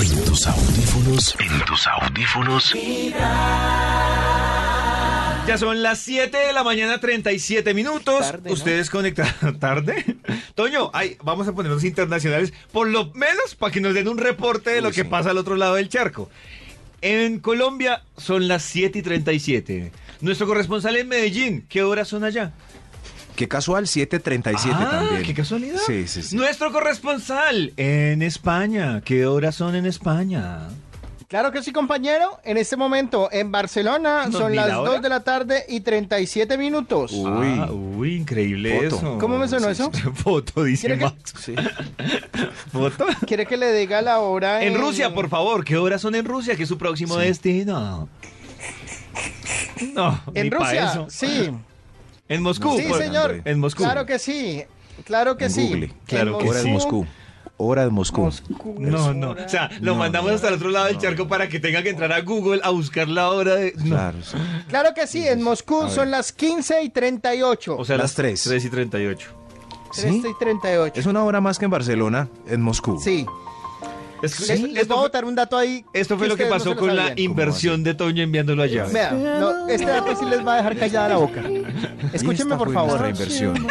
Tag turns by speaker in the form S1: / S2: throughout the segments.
S1: En tus audífonos, en tus audífonos.
S2: Ya son las 7 de la mañana, 37 minutos.
S3: Tarde, ¿no?
S2: Ustedes conectaron tarde. Toño, ay, vamos a ponernos internacionales, por lo menos para que nos den un reporte de lo
S3: Uy,
S2: que
S3: sí.
S2: pasa al otro lado del charco. En Colombia son las 7 y 37. Nuestro corresponsal en Medellín, ¿qué horas son allá?
S4: Qué casual, 7.37
S2: Ah,
S4: también.
S2: ¡Qué casualidad!
S4: Sí, sí, sí.
S2: Nuestro corresponsal en España, ¿qué horas son en España?
S5: Claro que sí, compañero. En este momento en Barcelona
S2: No,
S5: son
S2: ni la
S5: las
S2: hora.
S5: 2 de la tarde y 37 minutos.
S4: Uh.
S2: Uy,
S4: Uy.
S2: Ah, uy increíble
S4: Foto.
S2: eso.
S5: ¿Cómo me sonó eso?
S2: Foto, dice
S5: ¿Quiere que-
S2: Max.
S4: Sí.
S2: Foto.
S5: ¿Quiere que le diga la hora?
S2: En Rusia, por favor, ¿qué horas son en Rusia? Que es su próximo destino. No, ni
S5: En
S2: pa'
S5: Rusia,
S2: eso.
S5: sí.
S2: En Moscú.
S5: sí,
S2: por-
S5: señor.
S2: En Moscú.
S5: Claro que sí. Claro que
S4: En
S5: sí.
S4: Google.
S2: Claro que
S4: Hora de
S2: sí.
S4: Moscú. Hora de Moscú.
S5: Moscú.
S2: No, no. O sea, lo
S4: No,
S2: mandamos
S4: no,
S2: hasta el otro lado del charco para que tenga que entrar a Google a buscar la hora de. no.
S4: Claro. sí.
S5: Claro que sí, en
S4: A
S5: Moscú
S4: ver.
S5: son las 15 y 38.
S2: O sea,
S4: Las
S2: las
S4: tres.
S2: 3 y 38.
S4: ¿Sí?
S5: 13 y 38.
S4: Es una hora más que en Barcelona, en Moscú.
S5: Sí.
S2: Es-
S5: Les, les voy a
S2: fue-
S5: botar un dato ahí.
S2: Esto fue lo que
S5: ustedes no
S2: pasó
S5: se lo
S2: con la
S5: sabían.
S2: inversión de Toño enviándolo allá.
S5: Vea, no, este dato sí les va a dejar callada la boca.
S4: Y
S5: Escúchenme,
S4: esta
S5: por
S4: fue
S5: favor.
S4: Nuestra inversión.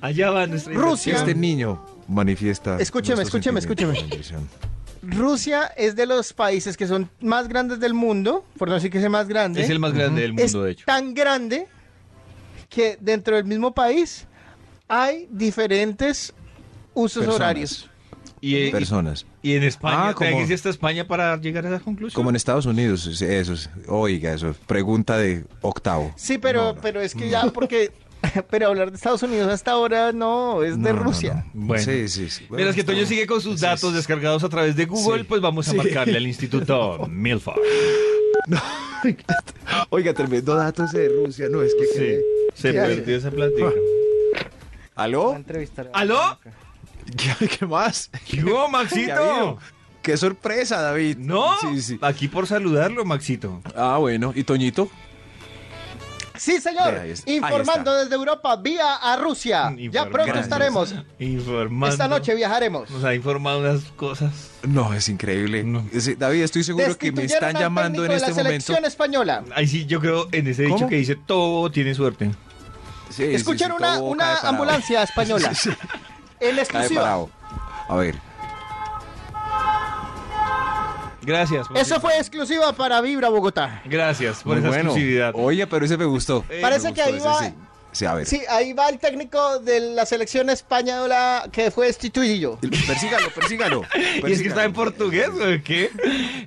S2: Allá va nuestra
S5: Rusia.
S2: inversión.
S4: Este niño manifiesta.
S5: Escúcheme,
S4: nuestro
S5: escúcheme,
S4: sentimiento
S5: escúcheme.
S4: de inversión.
S5: Rusia es de los países que son más grandes del mundo, por no decir que sea más grande.
S2: Es el más grande del
S5: ¿eh? Es
S2: mundo, de hecho.
S5: tan grande que dentro del mismo país hay diferentes usos
S4: Personas.
S5: horarios.
S2: Y, y-
S4: Personas.
S2: y en España,
S4: Ah,
S2: ¿te
S4: como-
S2: hiciste España para llegar a esa conclusión?
S4: Como en Estados Unidos, sí, eso es. Oiga, eso. Pregunta de octavo.
S5: Sí, pero,
S4: No, no.
S5: pero es que ya porque pero hablar de Estados Unidos hasta ahora no es de
S4: No, no,
S5: Rusia.
S4: no.
S2: Bueno.
S4: Sí, sí, sí. Bueno,
S2: Mientras que Toño
S4: está-
S2: sigue con sus
S4: Sí,
S2: datos
S4: sí.
S2: descargados a través de Google,
S4: Sí.
S2: pues vamos a marcarle al Instituto Milford.
S4: Oiga, tremendo datos de Rusia. No, es que.
S2: Sí, se
S5: Ya,
S2: perdió esa plática.
S4: Ah.
S5: Va a
S4: ¿Aló?
S5: entrevistar a-
S2: ¿Aló?
S4: ¿Qué, qué más?
S2: ¿Qué hubo, Maxito?
S4: vino. ¡Qué sorpresa, David!
S2: No,
S4: Sí, sí.
S2: aquí por saludarlo, Maxito.
S4: Ah, bueno. ¿Y Toñito?
S5: Sí, señor.
S4: Vea, ahí está.
S5: Informando
S4: Ahí
S5: desde Europa vía a Rusia. Ah, ya
S2: Informando.
S5: pronto estaremos.
S2: Informando.
S5: Esta noche viajaremos.
S2: Nos ha informado unas cosas.
S4: No, es increíble.
S2: No.
S4: Sí, David, estoy seguro que me
S5: Destituyeron
S4: están
S5: al
S4: llamando
S5: técnico
S4: en
S5: de
S4: este
S5: la
S4: momento.
S5: selección española.
S2: Ahí sí, yo creo en ese dicho
S4: ¿Cómo?
S2: que dice todo tiene suerte.
S4: Sí, sí,
S5: Escuchen
S4: sí,
S5: una,
S4: todo
S5: una
S4: cae parado.
S5: ambulancia española.
S4: Sí, sí,
S5: En
S4: cae
S5: exclusiva.
S4: parado. A ver.
S2: Gracias. Maxito.
S5: Eso fue exclusiva para Vibra Bogotá.
S2: Gracias por
S4: muy
S2: esa
S4: bueno. Oh,
S2: exclusividad.
S4: Oye, pero ese me gustó.
S2: Eh,
S5: Parece
S4: Me gustó,
S5: que ahí
S4: ese
S5: va-
S4: Sí. Sí, a ver.
S5: Sí, ahí va el técnico de la selección española que fue destituido.
S4: Persígalo, persígalo.
S2: ¿Y es que está en
S4: persígalo.
S2: portugués o qué?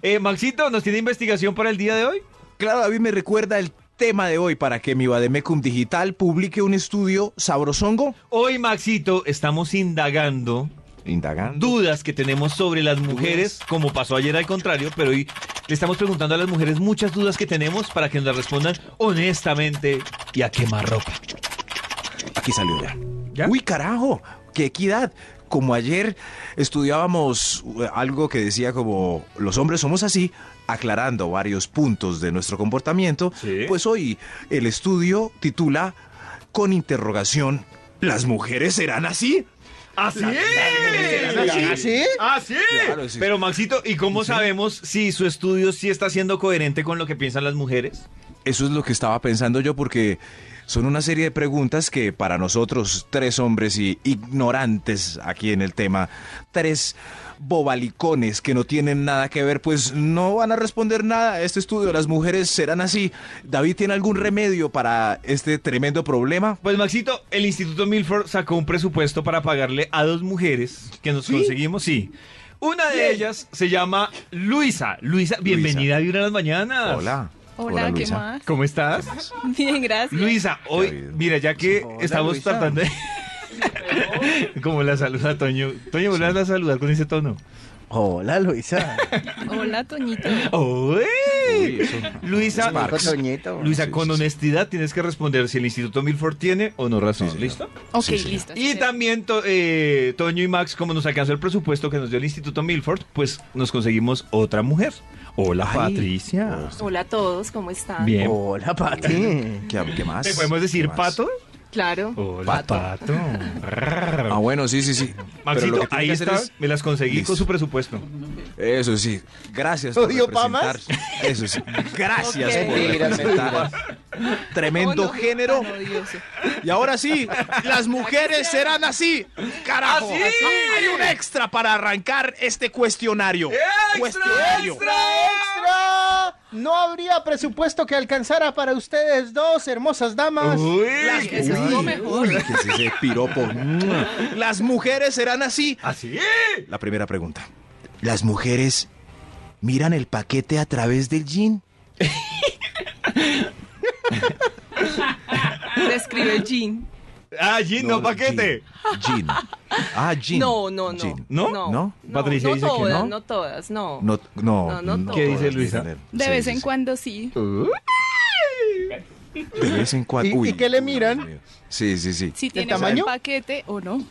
S2: Eh, Maxito, ¿nos tiene investigación para el día de hoy?
S4: Claro, David me recuerda el tema de hoy para que mi Bademecum Digital publique un estudio sabrosongo.
S2: Hoy, Maxito, estamos indagando
S4: Indagando.
S2: dudas que tenemos sobre las mujeres, como pasó ayer al contrario, pero hoy le estamos preguntando a las mujeres muchas dudas que tenemos para que nos las respondan honestamente y a quemarropa.
S4: Aquí salió ya.
S2: ¿Ya?
S4: Uy, carajo, qué equidad. Como ayer estudiábamos eh, algo que decía como los hombres somos así, aclarando varios puntos de nuestro comportamiento,
S2: Sí.
S4: pues hoy el estudio titula con interrogación, ¿las mujeres serán así?
S2: ¡Así!
S5: ¿Así?
S2: ¡Así!
S4: Claro, sí.
S2: Pero, Maxito, ¿y cómo sabemos si su estudio sí está siendo coherente con lo que piensan las mujeres?
S4: Eso es lo que estaba pensando yo porque son una serie de preguntas que para nosotros, tres hombres y ignorantes aquí en el tema, tres bobalicones que no tienen nada que ver, pues no van a responder nada a este estudio. Las mujeres serán así. David, ¿tiene algún remedio para este tremendo problema?
S2: Pues Maxito, el Instituto Milford sacó un presupuesto para pagarle a dos mujeres que nos conseguimos, sí. Una de ellas se llama Luisa. Luisa, bienvenida a Vibra en las Mañanas.
S4: Hola.
S3: Hola, ¿qué más?
S2: ¿Cómo estás?
S3: Bien, gracias.
S2: Luisa, hoy,
S4: David.
S2: mira, ya que
S5: Hola,
S2: estamos
S5: Luisa.
S2: tratando de... Como la saluda Toño. Toño, volvás a saludar con ese tono.
S5: Hola, Luisa.
S3: Hola, Toñito.
S2: ¡Uy!
S4: Uy, eso-
S2: Luisa,
S4: Sparks.
S5: Dijo Toñito.
S2: Luisa,
S4: Sí,
S2: con
S4: sí, sí.
S2: honestidad tienes que responder si el Instituto Milford tiene o no razón.
S4: Sí, señor.
S2: ¿Listo?
S3: Ok,
S4: Sí, señor.
S3: listo.
S2: Y
S3: sí.
S2: también to- eh, Toño y Max, como nos alcanzó el presupuesto que nos dio el Instituto Milford, pues nos conseguimos otra mujer. Hola
S4: Ay.
S2: Patricia.
S3: Hola a todos, ¿cómo están?
S2: Bien.
S5: Hola, Pati.
S4: ¿Qué, qué más?
S2: ¿Te podemos
S4: ¿Qué
S2: decir
S4: más?
S2: pato?
S6: Claro. Oh,
S2: Hola, pato.
S4: Ah, bueno, sí, sí, sí. Pero lo
S2: Maxito,
S4: que tiene
S2: ahí
S4: que hacer
S2: está.
S4: es-
S2: Me las conseguí
S4: Listo.
S2: con su presupuesto.
S4: Eso sí. Gracias por
S5: ¿Odio
S4: representar. Eso sí. Gracias
S3: Ok.
S4: por
S5: Mentiras,
S4: representar. Tremendo
S3: Oh, no,
S4: género.
S3: tan odioso.
S4: Y ahora sí, las mujeres serán así. Carajo.
S2: ¡Así!
S4: Hay un extra para arrancar este cuestionario. Cuestionario.
S5: ¡Extra! No habría presupuesto que alcanzara para ustedes dos, hermosas damas.
S4: Uh.
S2: Uy,
S4: Las-
S3: Eso estuvo
S4: Uy,
S3: mejor.
S4: uy, ¿qué es ese piropo? Las mujeres serán así.
S2: así.
S4: La primera pregunta. ¿Las mujeres miran el paquete a través del jean?
S3: Describe el jean.
S2: Ah, Gin, no, paquete.
S4: Jean. Ah, jean.
S6: No, no, no.
S4: Jean.
S2: ¿No?
S6: No.
S4: ¿No?
S2: Patricia
S6: no
S2: dice que
S6: todas,
S2: no.
S6: no todas, no.
S4: No, no.
S6: No, no
S4: no
S6: ¿Qué
S4: todas,
S2: dice Luisa?
S4: Disney.
S3: De
S4: Sí,
S3: vez
S4: sí,
S3: en
S4: sí.
S3: cuando sí.
S4: De vez en cuando.
S5: ¿Y- y qué le miran?
S4: Dios mío. Sí, sí, sí.
S3: Si tiene
S5: tamaño?
S3: un paquete o no.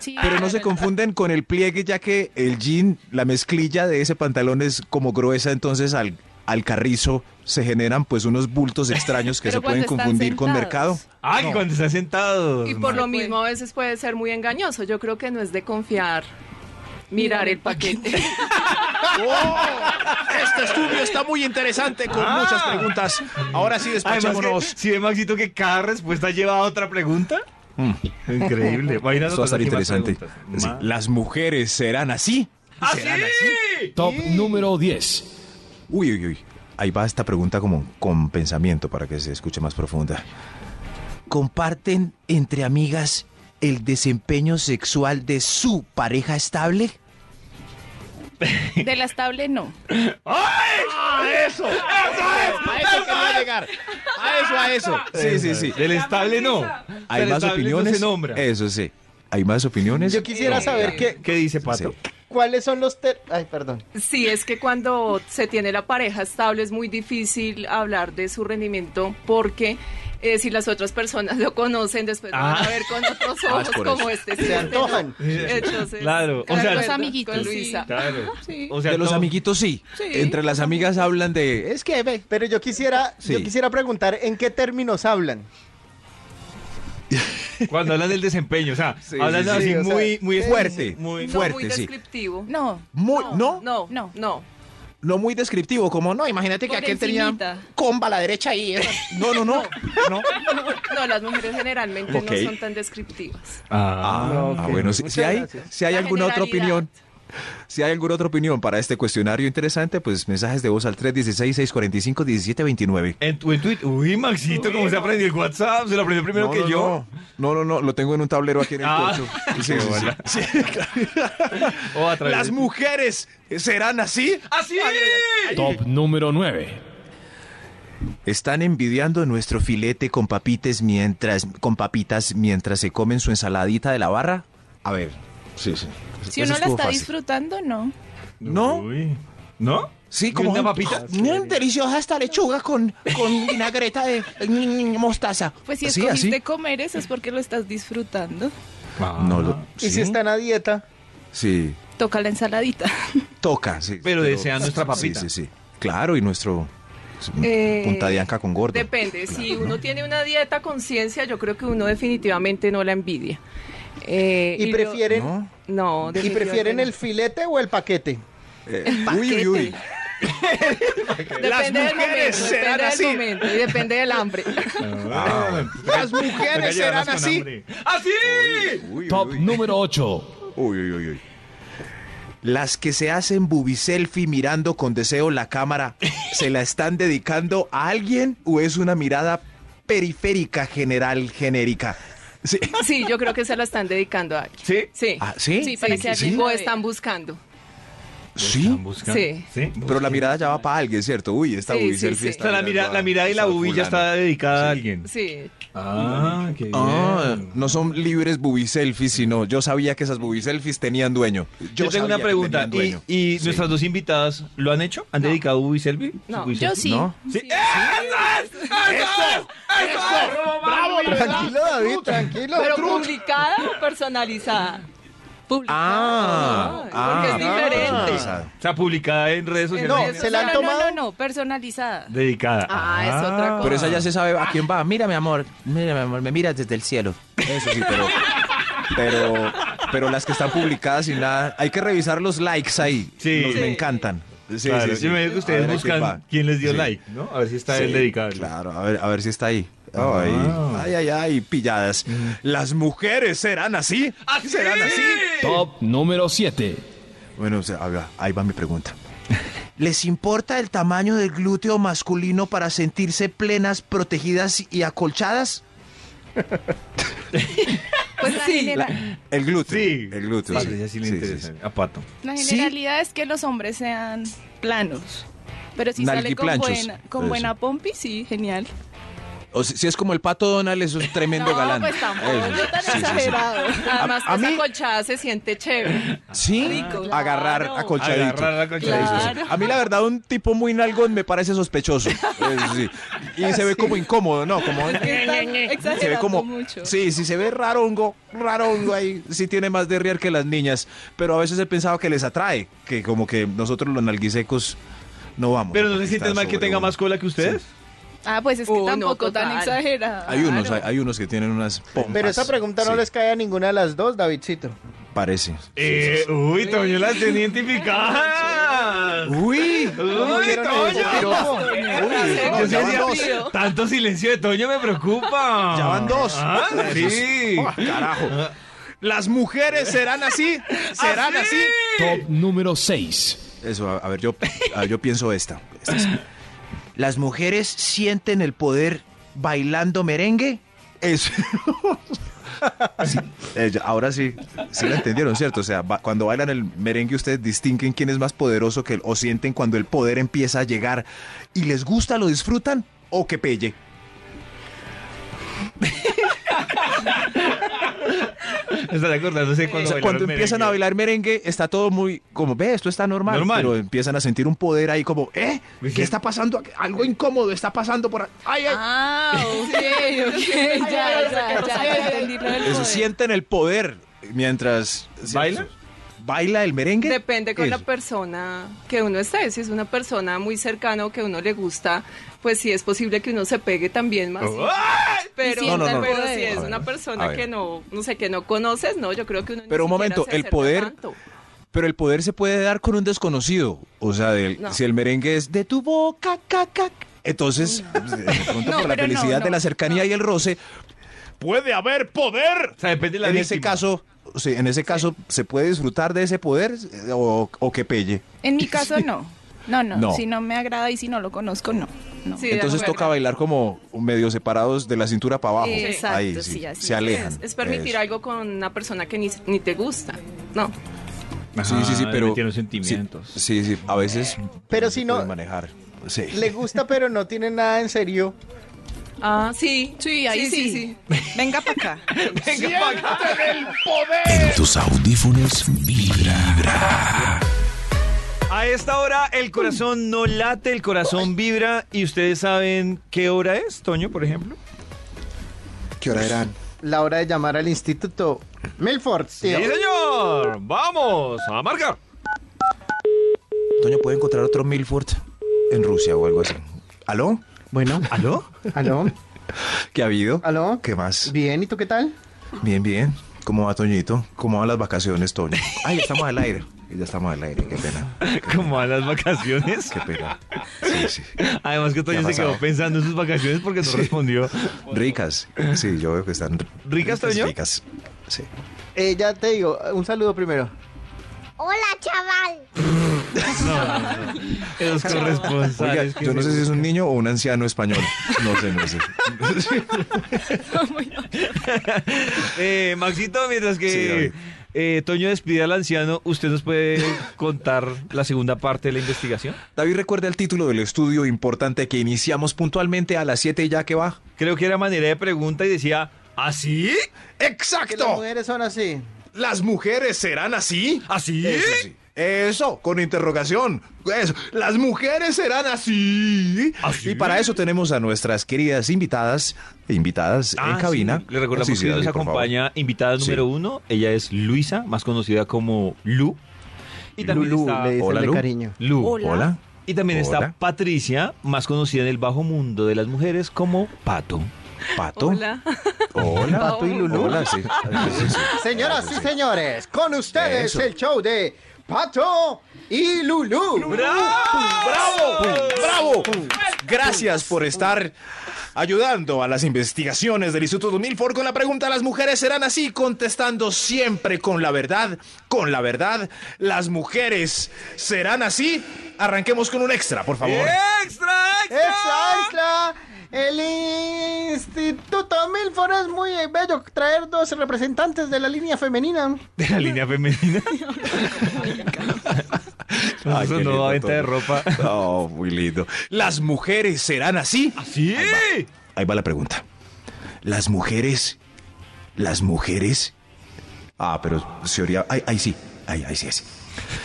S3: Sí,
S4: Pero no
S3: es
S4: se
S3: verdad.
S4: confunden con el pliegue, ya que el jean, la mezclilla de ese pantalón es como gruesa, entonces al, al carrizo se generan pues unos bultos extraños que
S3: Pero
S4: se pueden
S3: cuando están
S4: confundir con
S3: sentados.
S4: mercado.
S2: Ay, cuando están sentados.
S6: Y por
S2: Max.
S6: lo mismo a veces puede ser muy engañoso. Yo creo que no es de confiar mirar el paquete.
S4: Este estudio está muy interesante con
S2: Ah.
S4: muchas preguntas. Ahora sí,
S2: Además, que,
S4: despachémonos.
S2: si ve Maxito que cada respuesta lleva a otra pregunta. Increíble. Va a ir
S4: Esto Mm. va
S2: anotando aquí
S4: a estar
S2: más
S4: interesante.
S2: preguntas.
S4: Sí,
S2: Ma-
S4: Las mujeres serán así.
S2: ¿Ah, sí?
S1: Top número 10.
S4: Uy, uy, uy. Ahí va esta pregunta como con pensamiento para que se escuche más profunda. ¿Comparten entre amigas el desempeño sexual de su pareja estable?
S3: De la estable no.
S5: Ah,
S7: A eso quería llegar. A eso, a eso.
S4: Sí, sí, sí.
S2: Del estable no.
S4: ¿Hay
S2: Del
S4: más
S2: estable
S4: opiniones?
S2: No se nombra.
S4: Eso sí. ¿Hay más opiniones? Eh,
S5: Yo quisiera
S4: No.
S5: saber qué,
S2: ¿Qué dice Pato?
S4: Sí.
S5: cuáles son los... ter- Ay, perdón.
S6: Sí, es que cuando se tiene la pareja estable es muy difícil hablar de su rendimiento porque eh, si las otras personas lo conocen, después lo van
S2: Ah.
S6: a ver con otros
S4: Ah, es
S6: ojos
S4: por
S6: como este. sí,
S5: Se
S6: este no.
S5: antojan.
S6: Entonces,
S2: Claro, o
S6: de
S2: sea-
S6: acuerdo
S3: Los amiguitos,
S6: con
S3: sí.
S6: Luisa.
S2: Claro.
S3: Sí.
S2: O sea,
S4: de los
S2: todo-
S4: amiguitos sí. Entre las amigas hablan de... Es que... ve,
S5: Pero yo quisiera, yo
S4: Sí.
S5: quisiera preguntar en qué términos hablan.
S2: Cuando hablan del desempeño, o sea,
S4: Sí,
S2: hablan
S4: sí,
S2: así
S5: sí, o sea,
S2: muy, muy
S4: fuerte.
S2: muy-
S6: No muy
S4: Fuerte, sí.
S6: descriptivo.
S3: No.
S4: Muy, ¿no? no.
S6: No,
S3: No.
S6: no, no.
S4: muy descriptivo, como no, imagínate
S3: Por encimita.
S7: Comba a la derecha ahí. eh.
S4: No, no, no. no.
S6: No, las mujeres generalmente
S4: Ok.
S6: no son tan descriptivas.
S2: Ah,
S4: Ah,
S5: No, ok.
S4: ah, bueno, si,
S5: Muchas
S4: si hay,
S5: gracias.
S4: si hay
S6: La
S4: alguna otra
S6: generalidad.
S4: opinión, si hay alguna otra opinión para este cuestionario interesante, pues mensajes de voz al 316-645-1729.
S2: En tu, en tu- uy, Maxito, ¿cómo se aprendió el WhatsApp? Se lo aprendió primero
S4: No,
S2: que
S4: no,
S2: yo.
S4: No, no, no, no, lo tengo en un tablero aquí en el
S2: Ah.
S4: cocho. Sí, sí, sí.
S2: O a través
S4: Las ¡Ah,
S2: de-
S4: mujeres serán así.
S2: ¡Así!
S1: Top número 9.
S4: Están envidiando nuestro filete con papites mientras, con papitas mientras se comen su ensaladita de la barra. A ver, sí, sí.
S3: Si
S4: Eso
S3: uno la
S4: estuvo
S3: está
S4: fácil.
S3: disfrutando, no.
S4: No.
S2: Uy. ¿No?
S4: Sí,
S2: ¿Y
S4: como
S2: una papita.
S7: Mm, deliciosa esta lechuga con, con vinagreta de mm, mm, mostaza.
S3: Pues si
S4: Ah, Sí,
S3: escogiste
S4: así.
S3: comer eso es porque lo estás disfrutando.
S4: Ah. No lo-
S5: Y si
S4: sí,
S5: están a dieta,
S4: sí.
S3: Toca la ensaladita.
S4: Toca, sí.
S2: Pero desean nuestra papita.
S4: Sí, sí, sí. Claro, y nuestro sí,
S6: Eh,
S4: punta de anca con gordo.
S6: Depende, si uno tiene una dieta con ciencia, yo creo que uno definitivamente no la envidia. Eh,
S5: y,
S6: lo-
S5: prefieren,
S4: ¿No?
S6: No,
S5: y prefieren el filete o el paquete.
S4: Eh,
S6: paquete.
S4: uy, uy, uy.
S6: Depende
S4: Las
S6: del
S4: mujeres
S6: momento,
S4: serán
S6: depende
S4: así.
S6: del momento y depende del hambre.
S2: Ah.
S7: Las
S2: Toca
S7: mujeres
S2: llevarlas
S7: serán
S2: con
S7: así.
S2: hambre. ¡Así! ¡Ah,
S4: Uy,
S1: Top
S4: uy,
S1: número 8.
S4: uy, uy, uy, uy. Las que se hacen booby selfie mirando con deseo la cámara, ¿se la están dedicando a alguien o es una mirada periférica, general, genérica? Sí.
S6: Sí, yo creo que se la están dedicando a alguien.
S2: ¿Sí?
S6: Sí.
S4: Ah, ¿sí?
S6: Sí, para que
S4: ¿Sí?
S6: alguien lo están buscando.
S4: Sí,
S6: Sí.
S4: pero la mirada ya va para alguien, ¿cierto? Uy, esta
S6: Sí,
S4: booby
S6: sí,
S4: selfie
S6: sí.
S2: O
S4: está
S2: sea, la, mira-
S4: mirando
S2: la
S4: a-
S2: mirada y la
S4: a
S2: bubi ya
S4: fulano.
S2: está dedicada a alguien.
S6: Sí.
S2: Ah, qué bien.
S4: Ah, no son libres booby selfies, sino yo sabía que esas booby selfies tenían dueño.
S2: Yo, tengo
S4: sabía
S2: una
S4: que
S2: pregunta.
S4: tenían
S2: ¿Y,
S4: dueño.
S2: y
S4: Sí.
S2: nuestras dos invitadas lo han hecho? ¿Han
S6: No.
S2: dedicado Ubi Selvi?
S6: No.
S2: Ubi
S3: Yo
S2: Selvi.
S3: sí.
S4: ¿No?
S3: Sí.
S7: ¡Bravo, Luisa!
S5: Tranquilo, David, tranquilo.
S6: ¿Pero publicada o personalizada?
S4: Ah,
S6: Publicado. Porque es
S2: Ah.
S6: diferente.
S4: personalizado.
S2: O sea, publicada en redes sociales.
S5: No,
S6: Entonces,
S5: se la han
S6: no, no,
S5: tomado.
S6: No, no, no, personalizada.
S2: Dedicada.
S6: Ah, es otra cosa.
S4: Pero
S6: eso
S4: esa ya se sabe a quién va. Mira, mi amor.
S7: Mira, mi amor, me miras desde el cielo.
S4: Eso sí, pero. Pero, pero las que están publicadas y nada. Hay que revisar los likes ahí.
S2: Sí.
S4: Los-
S2: Sí.
S4: Me encantan. Sí,
S2: Claro,
S4: sí,
S2: yo
S4: sí.
S2: me veo que ustedes
S4: A ver a
S2: buscan
S4: va.
S2: quién, les dio
S4: Sí.
S2: like, ¿no? A ver si está
S4: Sí,
S2: él dedicado.
S4: Claro, a ver, a ver si está ahí.
S2: Ah. Mm.
S4: Ay, ay, ay, ay, pilladas. ¿Las mujeres serán así? ¿Serán así?
S1: Top número 7.
S4: Bueno, o sea, ahí va- ahí va mi pregunta.
S7: ¿Les importa el tamaño del glúteo masculino para sentirse plenas, protegidas y acolchadas?
S3: Pues la, genera-
S4: El glúteo.
S2: Sí.
S4: El glúteo.
S2: Vale, ya sí le
S4: Sí, sí,
S2: interesa.
S4: sí.
S2: A Pato.
S3: la
S7: ¿Sí?
S3: generalidad es que los hombres sean planos. Pero si sale con
S4: Nalguiplanchos.
S3: buena, con
S4: Eso.
S3: buena pompi, sí, genial.
S4: O si, si es como el pato Donald, eso es tremendo
S6: No,
S4: galán.
S6: pues tampoco,
S4: Eso.
S6: yo tan
S4: Sí, sí, sí.
S3: Exagerado.
S6: Además,
S4: A- a
S6: esa
S4: mí-
S6: colchada se siente chévere.
S4: Sí,
S6: Rico.
S4: agarrar
S6: Claro.
S4: acolchadito.
S2: Ah, Agarrar acolchadito.
S4: Eso sí.
S6: Claro.
S4: A mí la verdad un tipo muy nalgón me parece sospechoso. Eso sí. Y se ve como incómodo, ¿no? Como
S3: Están
S4: se ve
S3: exagerando
S4: como
S3: mucho.
S4: Sí, sí se ve rarongo, rarongo ahí. Sí tiene más de rier que las niñas, pero a veces he pensado que les atrae, que como que nosotros los nalguisecos no vamos.
S2: Pero no
S4: porque
S2: se
S4: está
S2: sienten mal que
S4: sobre
S2: tenga
S4: uno.
S2: más cola que ustedes.
S3: Ah, pues es que
S6: Uh, no,
S3: tampoco tan
S6: total.
S3: exagerado.
S4: Hay unos, hay, hay unos que tienen unas pompas.
S5: Pero esa pregunta no
S4: Sí,
S5: les cae a ninguna de las dos, Davidcito.
S4: parece.
S2: Eh, uy, Toño las tenía identificadas.
S4: Uy,
S5: ¿Cómo
S2: Uy,
S5: vieron
S2: Toño.
S5: eso?
S2: Yo
S4: no, ya
S2: decía,
S4: van dos.
S2: Tanto silencio de Toño me preocupa.
S4: Ya van dos.
S2: Ah, sí.
S4: Ah, carajo. Las mujeres serán así, serán así.
S1: Top número 6.
S4: Eso, a, a ver, yo, a ver, yo pienso esta. Esta es-
S7: ¿Las mujeres sienten el poder bailando merengue?
S4: Eso. Sí, eh, ya, ahora sí, sí la entendieron, ¿cierto? O sea, ba- cuando bailan el merengue ustedes distinguen quién es más poderoso que el, o sienten cuando el poder empieza a llegar y les gusta, lo disfrutan o que pelle.
S2: Están acordándose
S4: O
S2: cuando,
S4: sea, cuando empiezan a bailar merengue está todo muy como, ve, esto está normal,
S2: Normal.
S4: pero empiezan a sentir un poder ahí como, ¿eh?
S2: Sí.
S4: ¿Qué está pasando? aquí? Algo incómodo está pasando por ahí. ¡Ay, ay!
S3: Ah, ok, ok. Ya, ya, ya. Entendí lo del
S4: Eso,
S3: poder.
S4: sienten el poder mientras
S2: ¿Bailan?
S4: baila el merengue.
S6: Depende con la
S4: Eso.
S6: persona que uno esté. Si es una persona muy cercana o que uno le gusta, pues sí es posible que uno se pegue también más.
S4: Oh,
S6: Pero,
S3: No, no, no, no.
S6: pero si es
S4: A ver,
S6: una
S4: a
S6: persona
S4: ver.
S6: que no, no sé, que no conoces, no, yo creo que uno ni
S4: Pero un
S6: siquiera
S4: momento,
S6: se
S4: el
S6: acerca
S4: poder-
S6: tanto.
S4: Pero el poder se puede dar con un desconocido. O sea, del-
S6: No.
S4: si el merengue es de tu boca, ca, ca, ca, entonces, de pronto
S3: No,
S4: por la
S3: pero no,
S4: felicidad de
S3: no,
S4: la cercanía y el roce, puede haber poder.
S2: O sea, depende de la
S4: en ese
S2: víctima.
S4: caso, sí, en ese caso, ¿se puede disfrutar de ese poder eh, o, o que pelle?
S3: En mi caso, no. No, no,
S4: No.
S3: Si no me agrada y si no lo conozco, no. no.
S6: Sí, de
S4: Entonces
S6: acuerdo.
S4: toca bailar como medio separados de la cintura para abajo.
S6: Exacto,
S4: Ahí,
S6: sí,
S4: Ah, sí,
S6: así
S4: se alejan.
S6: Es, Es permitir
S4: Eso.
S6: algo con una persona que ni, ni te gusta. No.
S4: Sí, sí, sí, pero.
S2: Tiene
S4: sí,
S2: sentimientos.
S4: Sí, sí, a veces.
S6: Eh.
S5: Pero si
S4: se
S5: no-
S4: puede manejar. Sí.
S5: Le gusta, pero no tiene nada en serio.
S6: Ah, sí.
S3: Sí, ahí sí. Venga para acá.
S8: En tus audífonos vibra.
S2: A esta hora el corazón no late, el corazón vibra y ustedes saben qué hora es, Toño, por ejemplo.
S7: ¿Qué hora eran?
S5: La hora de llamar al instituto. Milford,
S2: Sí,
S5: tío.
S2: señor. Vamos a marcar.
S4: Toño puede encontrar otro Milford en Rusia o algo así. ¿Aló?
S5: Bueno,
S4: ¿Aló?
S5: aló,
S4: ¿Qué ha habido?
S5: aló.
S4: ¿Qué más?
S5: Bien, ¿y tú qué tal?
S4: Bien, bien. ¿Cómo va Toñito? ¿Cómo van las vacaciones, Toño? Ay, ya estamos al aire. Ya estamos al aire, qué pena.
S2: Como a las vacaciones.
S4: Qué pena. Sí, sí.
S2: Además que
S4: ¿Qué
S2: Toño
S4: ha
S2: se quedó
S4: pasado?
S2: pensando en sus vacaciones porque no respondió.
S4: Ricas. Sí, yo veo que están.
S2: ¿Ricas, Toño?
S4: Ricas. Sí.
S5: Eh, ya te digo, un saludo primero.
S9: Hola, chaval.
S2: Esos
S4: Oiga,
S2: corresponsales. que
S4: yo no
S2: se-
S4: sé si es un niño o un anciano español. No sé, no sé.
S2: Eh, Maxito, mientras que
S4: Sí, David.
S2: eh, Toño despide al anciano, ¿usted nos puede contar la segunda parte de la investigación?
S4: David, recuerda el título del estudio importante que iniciamos puntualmente a las 7 y ya que va.
S2: Creo que era manera de pregunta y decía, ¿Ah, ¿así?
S5: Que las
S4: ¡Exacto!
S5: mujeres son así.
S4: ¿Las mujeres serán así?
S2: ¿Así?
S4: Eso sí. Eso, con interrogación. Eso. Las mujeres serán así.
S2: ¿Así?
S4: ¿Ah, Y para eso tenemos a nuestras queridas invitadas, invitadas
S2: Ah,
S4: en
S2: sí,
S4: cabina.
S2: Le recordamos
S4: Sí,
S2: que
S4: sí,
S2: nos
S4: David, por favor.
S2: acompaña invitada número uno. Ella es Luisa, más conocida como Lu. Y también
S5: Lulú,
S2: está
S5: le dicen
S4: Hola,
S5: de
S4: Lu.
S5: cariño.
S2: Lu.
S6: Hola.
S4: Hola.
S2: Y también
S4: Hola.
S2: está Patricia, más conocida en el bajo mundo de las mujeres como Pato.
S4: Pato.
S6: Hola.
S4: Hola.
S6: Pato y
S5: Lulú.
S4: Hola, sí. Sí, sí.
S5: Señoras y señores, con ustedes
S4: Eso.
S5: el show de Pato y Lulú.
S4: ¡Bravo! ¡Bravo! Gracias por estar ayudando a las investigaciones del Instituto Milford con la pregunta ¿Las mujeres serán así? Contestando siempre con la verdad, con la verdad. ¿Las mujeres serán así? Arranquemos con un extra, por favor.
S2: ¡Extra,
S5: ¡Extra, extra! El Instituto Milford es muy bello traer dos representantes de la línea femenina.
S2: De la línea femenina.
S4: Ay,
S2: Eso
S4: qué
S2: no
S4: lindo
S2: va a venta de
S4: todo.
S2: ropa.
S4: Oh, muy lindo. ¿Las mujeres serán así?
S2: ¡Así!
S4: Ahí va la pregunta. Las mujeres. Las mujeres. Ah, pero se oría. Ahí, ahí sí. Ahí, ahí sí, ahí sí.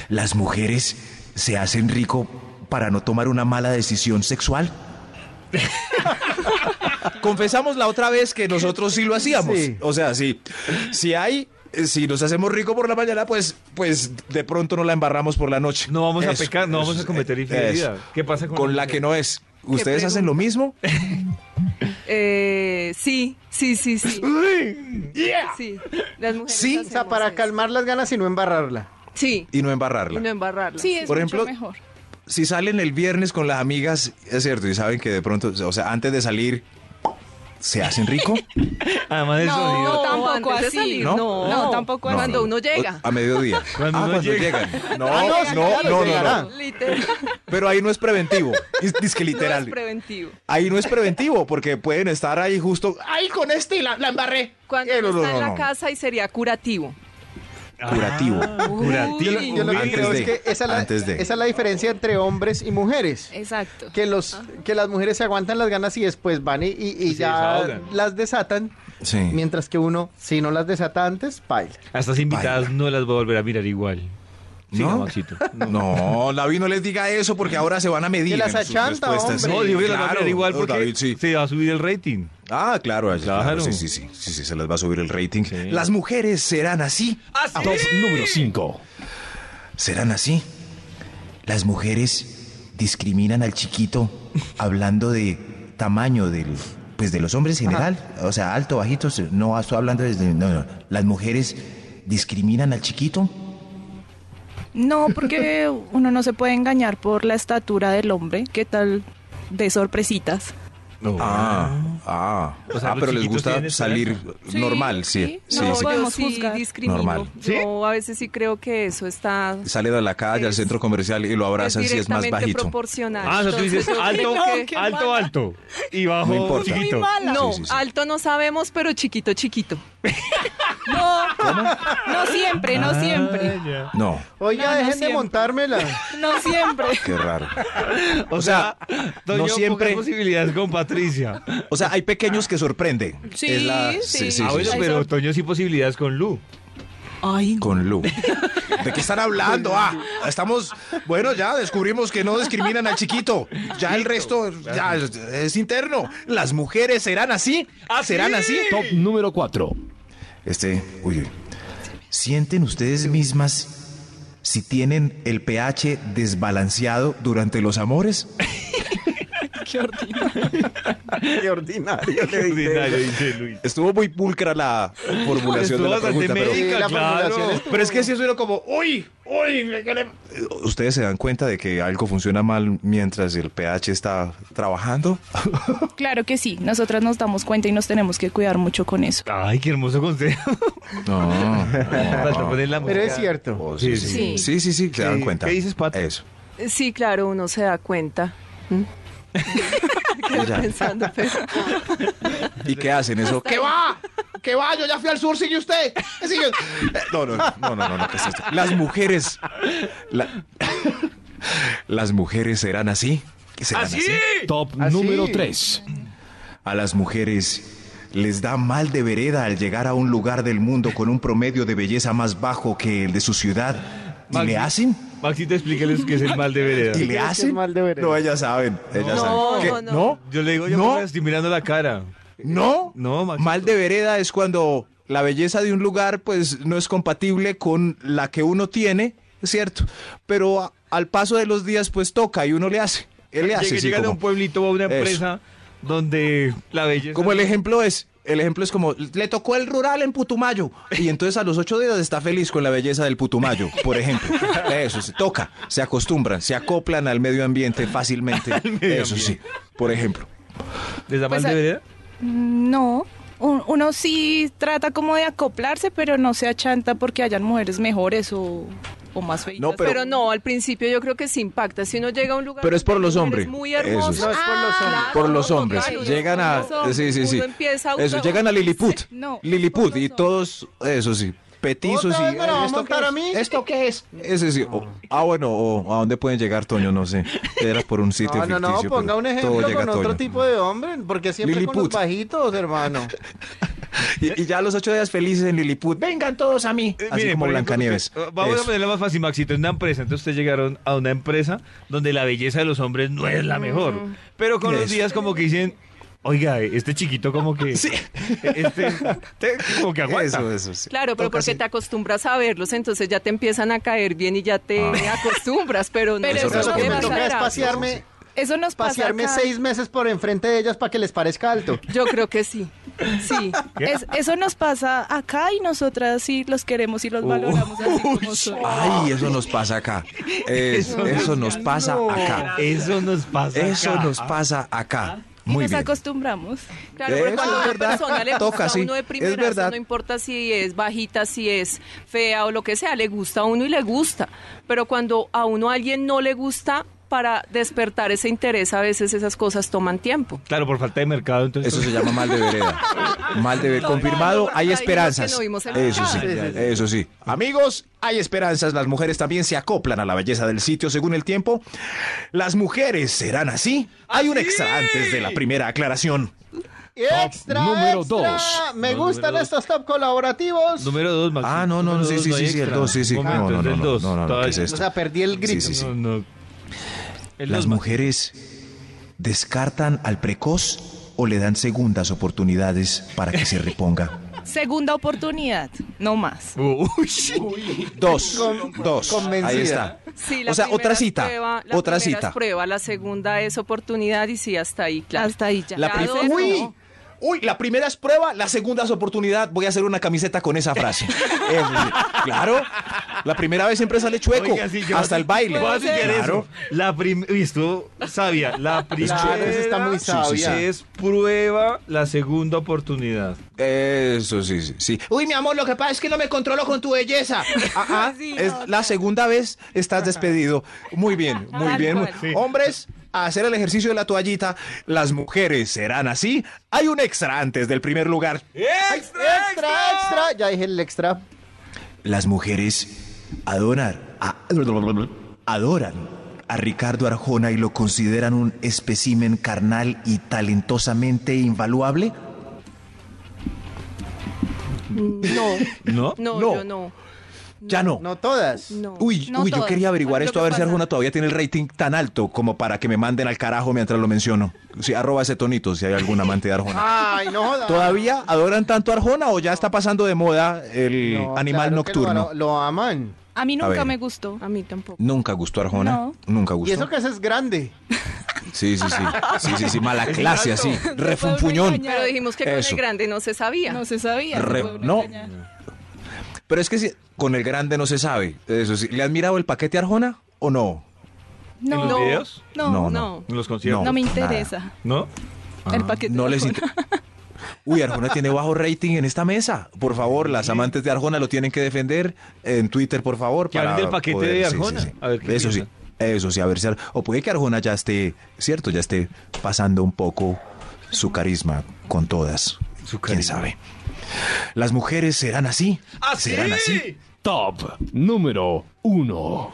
S4: Las mujeres se hacen rico para no tomar una mala decisión sexual. Confesamos la otra vez que nosotros sí lo hacíamos.
S5: Sí.
S4: O sea, sí. Si hay. Si nos hacemos rico por la mañana, pues, pues de pronto no la embarramos por la noche.
S2: No vamos a
S4: Eso,
S2: pecar, no
S4: eso,
S2: vamos a cometer
S4: eh,
S2: infidelidad.
S4: eso.
S2: ¿Qué pasa con
S4: con
S2: la
S4: la que no es? ¿Ustedes
S6: pregunta?
S4: hacen lo mismo?
S6: Eh, sí, sí, sí, sí. Sí, las mujeres
S4: Sí.
S5: O sea,
S6: hacemos
S5: para
S6: eso.
S5: calmar las ganas y no embarrarla.
S6: Sí,
S4: Y no
S6: y
S4: embarrarla.
S6: no embarrarla.
S3: Sí, es
S4: Por
S3: mucho
S4: ejemplo-
S3: mejor.
S4: si salen el viernes con las amigas, es cierto, y saben que de pronto, o sea, antes de salir, ¿se hacen rico?
S2: Además del sonido.
S3: No, tampoco
S6: antes de
S3: así.
S6: salir,
S4: ¿No?
S6: No,
S3: No, tampoco
S4: No,
S6: Cuando
S4: no.
S6: uno llega.
S4: O- A mediodía.
S2: Cuando
S4: ah,
S2: uno
S4: cuando
S2: llega.
S4: llegan. No,
S5: Ah, no, sí,
S4: no,
S5: claro,
S4: no,
S5: se
S4: no,
S5: llegará.
S4: no,
S6: Literal.
S4: Pero ahí no es preventivo. Es, es que
S6: No es
S4: literal.
S6: preventivo.
S4: ahí no es preventivo, porque pueden estar ahí justo. ¡Ay, con este! Y la, la embarré.
S6: Cuando
S4: Eh,
S6: uno
S4: no, no,
S6: está en
S4: no,
S6: la
S4: no.
S6: casa y sería curativo.
S4: Curativo.
S2: curativo.
S6: Uy.
S5: Yo lo que
S4: Antes
S5: creo
S4: de,
S5: es que esa, es la-
S4: antes de.
S5: esa es la diferencia entre hombres y mujeres.
S6: Exacto.
S5: Que, los, que las mujeres se aguantan las ganas y después van y, y- y
S2: Sí,
S5: ya
S2: desahogan.
S5: las desatan.
S4: Sí.
S5: Mientras que uno, si no las desata antes, baila.
S2: A estas invitadas
S4: Baila.
S2: no las voy a volver a mirar igual. Sí,
S4: ¿No?
S2: no, Maxito.
S4: No, David, no les diga eso porque ahora se van a medir.
S5: Que las
S4: en sus
S5: achanta,
S4: respuestas.
S5: hombre.
S2: No, digo que las voy a mirar igual
S4: no,
S2: porque
S4: David, sí.
S2: se va a subir el rating.
S4: Ah, claro, claro.
S2: Claro.
S4: Sí, sí, sí, sí, sí, se les va a subir el rating.
S2: Sí.
S4: Las mujeres serán así.
S1: Top número 5.
S4: Serán así. Las mujeres discriminan al chiquito hablando de tamaño del pues de los hombres en general, o sea, alto, bajito, se- no estoy hablando desde no, no. las mujeres discriminan al chiquito.
S3: No, porque uno no se puede engañar por la estatura del hombre. ¿Qué tal de sorpresitas?
S4: Ah, ah,
S2: O sea,
S4: ah,
S2: los
S4: pero les
S2: chiquitos
S4: gusta
S2: tienen
S4: salir normal, sí, sí, sí.
S3: no, bueno.
S6: yo
S3: podemos
S6: sí
S3: juzgar.
S6: discrimino.
S4: Normal.
S6: Yo a veces sí creo que eso está
S4: Salen a la calle, al
S6: Es-
S4: centro comercial y lo
S6: es
S4: abrazan si es más
S6: directamente
S4: bajito.
S6: proporcional.
S2: Ah, o sea, tú
S6: Entonces,
S2: dices
S6: yo
S2: alto,
S6: creo que-
S2: alto, alto. Y bajo,
S4: No importa.
S2: chiquito.
S6: No,
S4: Sí, sí, sí.
S6: alto no sabemos, pero chiquito, chiquito.
S3: No, no siempre,
S4: Ah.
S3: no siempre.
S2: Ah,
S4: No,
S5: Oiga,
S3: No, no
S5: dejen de
S3: siempre.
S5: montármela.
S3: No siempre.
S4: qué raro.
S2: O sea, no
S4: no siempre-
S2: siempre. posibilidades con Patricia.
S4: O sea, hay pequeños que sorprenden.
S3: Sí,
S4: Es la-
S3: sí.
S4: sí,
S2: ah, bueno,
S4: sí.
S2: pero Toño sí posibilidades con Lu.
S6: Ay,
S4: Con Lu. ¿De qué están hablando? Ah, estamos. Bueno, ya descubrimos que no discriminan al chiquito. Ya el resto ya es, es interno. Las mujeres serán así. Ah, serán así.
S1: Top número 4.
S4: Este, uy. ¿Sienten ustedes mismas si tienen el pH desbalanceado durante los amores?
S5: Qué ordinario.
S2: Qué ordinario, dice Luis.
S4: Estuvo muy pulcra la formulación
S2: Estuvo
S4: de la
S2: bastante
S4: pregunta, pero.
S2: médica,
S5: Sí, la
S2: claro.
S5: formulación es-
S4: Pero es que si eso era como, uy, uy, me quedé-". ¿Ustedes se dan cuenta de que algo funciona mal mientras el pH está trabajando?
S3: Claro que sí, nosotras nos damos cuenta y nos tenemos que cuidar mucho con eso.
S2: Ay, qué hermoso consejo.
S4: No.
S2: Falta poner la
S5: Pero es
S2: música.
S5: cierto.
S4: Oh, sí,
S2: Sí,
S4: sí.
S6: sí.
S4: Sí, sí, sí, se dan
S2: ¿Qué-
S4: cuenta.
S2: qué dices, Pato?
S4: Eso.
S6: sí, claro, uno se da cuenta. ¿Mm? Quedo
S4: Ya.
S6: pensando, pero-
S4: ¿Y qué hacen eso? ¿Qué va? ¿Qué va? Yo ya fui al sur, sigue usted. Sigue- Eh, No, no, no, no, no, no, ¿qué es esto? Las mujeres. la- Las mujeres serán así. ¿Qué serán así?
S1: Top
S5: Así.
S1: número 3.
S4: A las mujeres les da mal de vereda al llegar a un lugar del mundo con un promedio de belleza más bajo que el de su ciudad. ¿Y
S2: Magni-
S4: le hacen?
S2: Maxito, explícales qué es el mal de vereda.
S4: ¿Y le
S5: es
S4: hacen?
S5: mal de vereda.
S4: No, ellas saben. Ellas
S6: No,
S4: saben.
S6: no, no.
S2: Yo le digo, yo
S4: ¿No?
S2: porque le estoy mirando la cara.
S4: ¿No?
S2: No, Maxito.
S4: Mal de vereda es cuando la belleza de un lugar pues no es compatible con la que uno tiene, ¿cierto? Pero a- al paso de los días pues toca y uno le hace. Él le hace.
S2: Llega-
S4: sí,
S2: llegan a
S4: como,
S2: un pueblito o a una
S4: Eso.
S2: empresa donde la belleza.
S4: como el ejemplo es, el ejemplo es como, le tocó el rural en Putumayo y entonces a los ocho días está feliz con la belleza del Putumayo, por ejemplo. Eso, se toca, se acostumbran, se acoplan al medio ambiente fácilmente.
S2: medio
S4: Eso sí, por ejemplo.
S2: ¿Les da
S3: Pues,
S2: mal de
S3: eh,
S2: vereda?
S3: No, un- uno sí trata como de acoplarse, pero no se achanta porque hayan mujeres mejores o, o más feitas.
S4: No,
S6: Pero, no, al principio yo creo que sí impacta. Si uno llega a un lugar.
S4: Pero es por
S6: donde
S4: los
S6: hay
S4: hombres.
S6: mujeres Muy
S4: Eso es.
S6: hermosas.
S5: No, es por los hombres.
S6: Ah,
S4: por los
S6: claro,
S4: hombres.
S6: claro,
S4: Llegan
S6: por
S4: a.
S6: los hombres.
S4: Sí, sí, sí.
S6: Uno empieza a
S4: Eso, llegan a Liliput.
S3: No,
S4: Liliput
S3: por
S4: y
S3: los
S4: todos, eso sí, petizos
S5: ¿Otra
S4: y.
S5: vez me la va a montar
S4: qué
S5: a
S4: es?
S5: mí?
S4: ¿Esto qué es? Ese sí. o- ah, bueno, o a dónde pueden llegar, Toño, no sé. Era por un sitio
S5: No, no, no,
S4: ficticio,
S5: ponga
S4: pero
S5: un
S4: todo
S5: ejemplo
S4: llega
S5: con
S4: a
S5: otro
S4: Toño.
S5: tipo de hombre, porque siempre con
S4: Lilliput.
S5: los bajitos, hermano.
S4: Y, y ya a los ocho días felices en Liliput. Vengan todos a mí.
S2: Eh,
S4: Así
S2: miren,
S4: como
S2: por ejemplo,
S4: Blancanieves.
S2: usted- eh, vamos a
S4: Eso.
S2: ponerla más fácil, Maxito. En una empresa. Entonces ustedes llegaron a una empresa donde la belleza de los hombres no es la mejor. Pero con los
S4: Eso.
S2: días como que dicen, oiga, eh, este chiquito como que... Este, este como que aguanta.
S4: Eso, eso, sí.
S6: Claro, pero
S4: Toca
S6: porque
S4: así.
S6: te acostumbras a verlos, entonces ya te empiezan a caer bien y ya te
S4: Ah.
S6: acostumbras, pero no
S3: Pero
S6: es
S3: eso
S5: Lo
S3: no
S5: que
S3: me
S5: me
S3: pasa
S5: toca es
S3: nada.
S5: pasearme,
S3: Eso nos pasa
S5: pasearme
S3: acá.
S5: seis meses por enfrente de ellas para que les parezca alto.
S6: Yo creo que sí. Sí.
S2: ¿Qué?
S3: Es- eso nos pasa acá y nosotras sí los queremos y los
S2: Uh,
S3: valoramos así como son.
S4: Ay, eso nos pasa acá. Es-
S2: Eso
S4: eso
S2: nos-
S4: nos pasa acá.
S2: Eso nos pasa
S4: Eso
S2: acá.
S4: nos pasa
S6: Ah,
S4: acá.
S3: Y
S4: Muy
S3: nos
S4: bien.
S3: acostumbramos.
S6: Claro,
S4: Eso
S6: pero cuando
S4: es
S6: a una
S4: verdad.
S6: persona le gusta
S4: Toca,
S6: a
S4: sí.
S6: uno de
S4: Es
S6: primerazo,
S4: verdad.
S6: no importa si es bajita, si es fea o lo que sea, le gusta a uno y le gusta. Pero cuando a uno a alguien no le gusta, para despertar ese interés, a veces esas cosas toman tiempo.
S2: Claro, por falta de mercado. Entonces,
S4: Eso se llama mal de vereda. Mal de vereda. Confirmado,
S6: Total,
S4: hay
S6: ahí
S4: esperanzas.
S6: lo que no vimos en la
S4: Eso sí,
S5: cara.
S4: eso sí. Amigos, hay esperanzas. Las mujeres también se acoplan a la belleza del sitio según el tiempo. Las mujeres serán así. Hay un extra antes de la primera aclaración.
S5: Extra,
S1: número
S5: extra.
S1: dos.
S5: Me
S2: Número
S5: gustan
S2: dos.
S5: estos top colaborativos.
S2: Número dos, Maxito.
S4: Ah, no, no,
S2: Número
S4: sí,
S2: dos,
S4: sí,
S2: no hay
S4: sí, sí, el
S2: extra.
S4: dos, sí, sí.
S2: Un momento,
S4: No, no,
S2: es del
S4: no,
S2: dos.
S4: no, no, no,
S2: Todavía-
S4: ¿qué es esto?
S5: O sea, perdí el grito.
S4: Sí, sí.
S2: No, no. El
S4: Las
S2: dos, Maxito.
S4: mujeres descartan al precoz o le dan segundas oportunidades para que se reponga.
S3: Segunda oportunidad, no más.
S4: Dos,
S5: Con-
S4: dos. Ahí
S5: convencida.
S4: está.
S6: Sí, la
S4: o sea,
S6: primera
S4: otra
S6: es
S4: cita,
S6: prueba, la
S4: otra
S6: primera es
S4: cita.
S6: prueba, la segunda es oportunidad y sí, hasta ahí, claro.
S3: Hasta ahí ya.
S4: La
S6: Ya
S4: pri-
S6: dos, ¿no?
S4: uy, uy, la primera es prueba, la segunda es oportunidad. Voy a hacer una camiseta con esa frase. Eso sí. claro, la primera vez siempre sale chueco,
S2: Oiga, sí, yo
S4: hasta el baile.
S2: Voy a tuitear
S4: Claro.
S2: eso. La primera. Uy, estuvo sabia. La primera.
S5: Claro, eso está muy sabia.
S2: Es prueba la segunda oportunidad.
S4: Eso sí, sí, sí. Uy, mi amor, lo que pasa es que no me controlo con tu belleza. Ah, ah, es la segunda vez estás despedido. Muy bien, muy
S6: Tal
S4: bien.
S6: cual.
S2: Sí.
S4: Hombres, a hacer el ejercicio de la toallita. Las mujeres serán así. Hay un extra antes del primer lugar.
S5: Extra, extra, extra. Ya dije el extra.
S4: Las mujeres adoran a, adoran a Ricardo Arjona y lo consideran un espécimen carnal y talentosamente invaluable.
S6: No,
S2: ¿No?
S6: no,
S4: No.
S6: yo no.
S4: Ya no.
S5: No todas.
S6: No.
S4: Uy,
S3: No
S4: uy, yo
S3: todas.
S4: quería averiguar
S6: Lo
S4: esto
S6: que
S4: a ver si
S6: pasa-
S4: Arjona todavía tiene el rating tan alto como para que me manden al carajo mientras lo menciono. Sí, arroba ese tonito si hay algún amante de Arjona.
S5: Ay, no jodas.
S4: ¿Todavía adoran tanto a Arjona o ya está pasando de moda el
S5: No,
S4: animal
S5: claro que lo-
S4: nocturno?
S5: Lo, aman.
S3: A mí
S4: A
S3: nunca
S4: ver.
S3: me gustó.
S6: A mí tampoco.
S4: Nunca gustó Arjona.
S3: No.
S4: Nunca
S5: Y
S4: gustó.
S5: eso que ese es grande.
S4: Sí, sí, sí. Sí, sí, sí. Mala clase, así. Refunfuñón.
S6: Pero dijimos que con
S4: Eso.
S6: el grande no se sabía.
S3: No se sabía. se
S4: Re-
S3: fue una
S4: no.
S3: engañada.
S4: Pero es que si- con el grande no se sabe. Eso sí. ¿Le han mirado el paquete Arjona o no?
S3: No,
S2: ¿En los videos?
S3: no,
S4: No, no.
S3: no,
S6: no.
S2: En los conciertos.
S3: me
S4: nada. Ah.
S3: interesa.
S2: ¿No?
S3: El paquete.
S4: No
S3: de
S4: les
S3: Arjona.
S4: inter- Uy, Arjona tiene bajo rating en esta mesa. Por favor, las amantes de Arjona lo tienen que defender en Twitter, por favor.
S2: Que hablen del paquete de
S4: sí,
S2: Arjona.
S4: sí, sí.
S2: A ver qué
S4: Eso sí.
S2: piensan.
S4: Eso sí, a ver si. Ar- O puede que Arjona ya esté, cierto, ya esté pasando un poco su carisma con todas.
S2: Su
S4: ¿Quién
S2: carisma. ¿Ah,
S4: sabe? Las mujeres serán así. Ah, Serán así.
S1: Top número uno.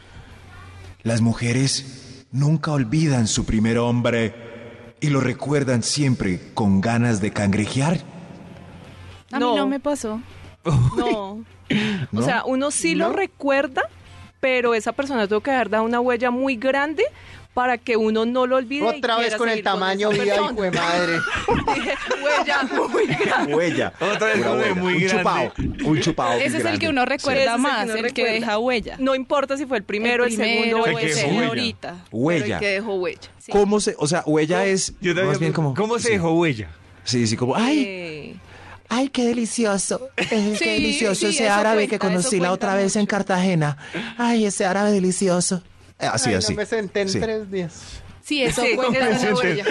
S4: Las mujeres nunca olvidan su primer hombre y lo recuerdan siempre con ganas de cangrejear.
S3: A mí
S6: No.
S3: no me pasó.
S6: No.
S4: ¿No?
S6: O sea, uno sí lo recuerda, pero esa persona tuvo que haber dado una huella muy grande para que uno no lo olvide. y
S5: Otra vez
S6: quiera
S5: con el
S6: seguir
S5: tamaño
S6: esa
S5: vida,
S6: persona.
S5: hijo de madre.
S6: Dije, huella muy grande.
S4: Huella.
S2: Otra vez
S4: Una
S2: una
S4: huella,
S2: muy
S4: un
S2: grande.
S4: chupao. Un chupao. muy
S3: Ese es el
S4: grande.
S3: que uno
S6: Ese
S3: recuerda
S6: es el
S3: más,
S6: que
S3: el
S6: uno
S3: que,
S6: recuerda.
S3: deja huella.
S6: No importa si fue el primero, el, segundo
S3: primero,
S6: o
S2: que
S6: el
S2: dejó
S6: señor
S2: huella.
S6: ahorita.
S4: Huella.
S6: Pero el que dejó huella. sí.
S4: ¿Cómo se, o sea, huella es
S2: Yo te
S4: más
S2: había-
S4: bien como
S2: ¿Cómo se
S4: sí.
S2: dejó huella?
S4: Sí, sí, como ay,
S6: Eh,
S7: Ay, qué delicioso. Eh,
S3: Sí,
S7: qué delicioso
S3: sí,
S7: ese
S3: eso
S7: árabe que
S3: cuenta, eso
S7: conocí la
S3: cuenta
S7: otra vez en
S3: mucho.
S7: Cartagena. Ay, ese árabe delicioso.
S4: así
S5: Ay,
S4: Eh, así.
S5: No me senté en
S4: Sí.
S5: tres días.
S3: Sí, eso
S6: Sí,
S3: cuenta
S6: esa
S3: esa
S6: es la
S3: huella.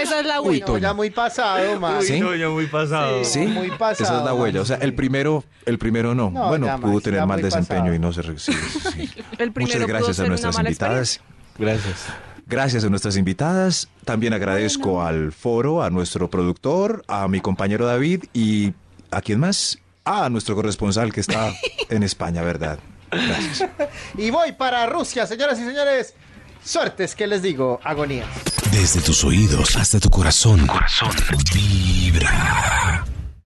S3: Esa es la
S4: Uy,
S3: huella.
S5: No, ya muy pasado, madre.
S4: Ah, ¿Sí?
S2: Uy, no, muy pasado.
S5: Sí.
S4: Sí,
S5: muy pasado,
S4: Esa es la huella, o sea, el primero, el primero no.
S5: No,
S4: bueno,
S5: ya, Max,
S4: pudo
S5: ya
S4: tener mal
S5: muy
S4: desempeño
S5: pasado.
S4: y no se re- sí, sí, sí.
S6: el primero
S4: Muchas
S6: pudo
S4: gracias
S6: ser
S4: a
S6: una
S4: nuestras
S6: mala
S4: invitadas.
S2: Gracias.
S4: Gracias a nuestras invitadas. También agradezco al foro, a nuestro productor, a mi compañero David y a quién más? Ah, a nuestro corresponsal que está en España, ¿verdad? Gracias.
S5: Y voy para Rusia, señoras y señores. Suertes que les digo, agonías.
S8: Desde tus oídos hasta tu corazón. Corazón. Vibra.